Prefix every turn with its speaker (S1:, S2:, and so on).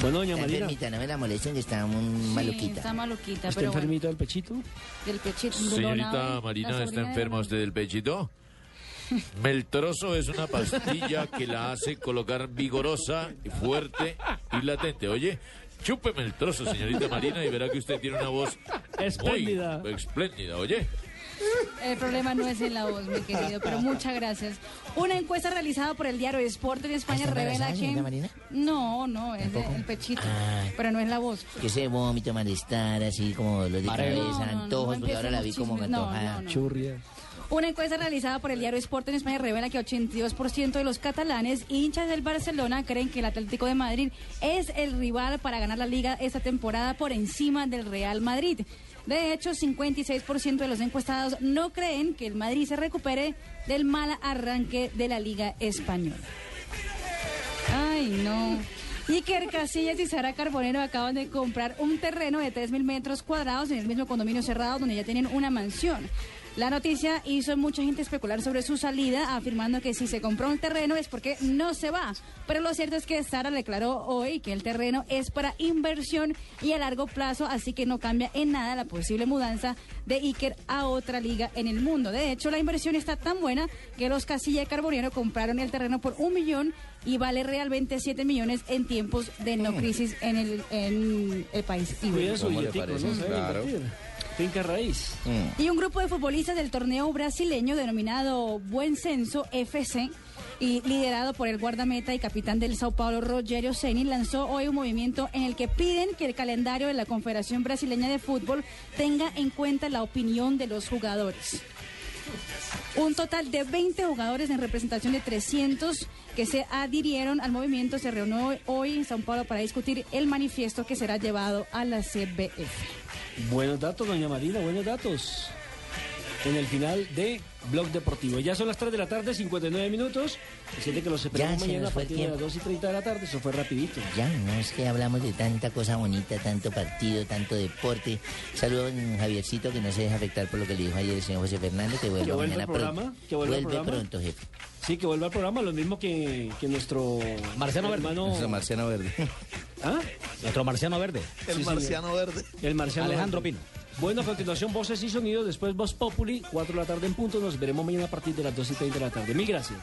S1: Bueno, doña
S2: Está
S1: Marina,
S2: enfermita, no me la molesten, que está un
S3: Sí,
S2: maluquita.
S3: Está maluquita,
S1: ¿está
S3: pero bueno,
S1: enfermito del pechito?
S3: del pechito.
S4: Señorita
S3: donado, la
S4: Marina, ¿está
S3: sobrina de
S4: enferma
S3: Marina.
S4: usted del pechito? Meltrozo es una pastilla que la hace colocar vigorosa, fuerte y latente. Oye, chúpeme el trozo, señorita Marina, y verá que usted tiene una voz muy
S1: Espléndida.
S4: espléndida, oye.
S3: El problema no es en la voz, mi querido, pero muchas gracias. Una encuesta realizada por el diario Sport en España
S2: ¿Está
S3: revela
S2: embarazada,
S3: que...
S2: señorita Marina? Ah.
S3: No, no, es de- el pechito, pero no es la voz.
S2: Que ese vómito, malestar, así como dolor de
S1: Mareo.
S2: cabeza,
S3: No, no, no,
S2: antojos,
S3: no
S2: porque ahora la vi
S3: empecemos
S2: como
S3: chismes. No,
S2: antojada.
S3: no, no.
S1: Churria.
S3: Una encuesta realizada por el diario Sport en España revela que 82% de los catalanes hinchas del Barcelona creen que el Atlético de Madrid es el rival para ganar la liga esta temporada por encima del Real Madrid. De hecho, 56% de los encuestados no creen que el Madrid se recupere del mal arranque de la liga española. Ay, no. Iker Casillas y Sara Carbonero acaban de comprar un terreno de 3.000 metros cuadrados en el mismo condominio cerrado donde ya tienen una mansión. La noticia hizo a mucha gente especular sobre su salida, afirmando que si se compró un terreno es porque no se va. Pero lo cierto es que Sara declaró hoy que el terreno es para inversión y a largo plazo, así que no cambia en nada la posible mudanza de Iker a otra liga en el mundo. De hecho, la inversión está tan buena que los Casilla y Carbonero compraron el terreno por un millón y vale realmente 7 millones en tiempos de no crisis en el, en el país.
S1: Cuida su
S5: ¿Cómo le
S1: billetico, ¿no?
S5: parece?
S1: Sabe
S5: Claro.
S1: invertir. Finca raíz.
S2: Mm.
S3: Y un grupo de futbolistas del torneo brasileño denominado Buen Censo FC y liderado por el guardameta y capitán del Sao Paulo Rogerio Ceni lanzó hoy un movimiento en el que piden que el calendario de la Confederación Brasileña de Fútbol tenga en cuenta la opinión de los jugadores. Un total de 20 jugadores en representación de 300 que se adhirieron al movimiento se reunió hoy en Sao Paulo para discutir el manifiesto que será llevado a la CBF.
S1: Buenos datos, doña Marina, buenos datos. En el final de Blog Deportivo. Ya son las 3 de la tarde, 59 minutos. Siente que los esperamos
S2: se
S1: mañana
S2: nos
S1: a
S2: fue el
S1: partir de las
S2: tiempo.
S1: 2 y 30 de la tarde. Eso fue rapidito.
S2: Ya, no es que hablamos de tanta cosa bonita, tanto partido, tanto deporte. Saludo a don Javiercito que no se deja afectar por lo que le dijo ayer el señor José Fernández, que vuelve
S1: Que vuelva
S2: mañana
S1: al
S2: pronto.
S1: programa, que vuelva al programa.
S2: pronto, jefe.
S1: Sí, que vuelva al programa, lo mismo que, que nuestro
S6: Marciano Verde.
S1: hermano.
S5: Nuestro Marciano Verde.
S1: ¿Ah?
S6: Nuestro marciano verde.
S5: El
S1: Sí, señor.
S5: Marciano Verde.
S1: El marciano
S6: Alejandro
S1: Verde.
S6: Pino.
S1: Bueno, a continuación, voces y sonidos. Después, Voz Populi, 4 de la tarde en punto. Nos veremos mañana a partir de las 2 y 30 de la tarde. Mil gracias.